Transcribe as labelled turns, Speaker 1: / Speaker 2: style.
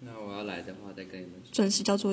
Speaker 1: 那我要来的话再跟你们说。
Speaker 2: 准时交作业。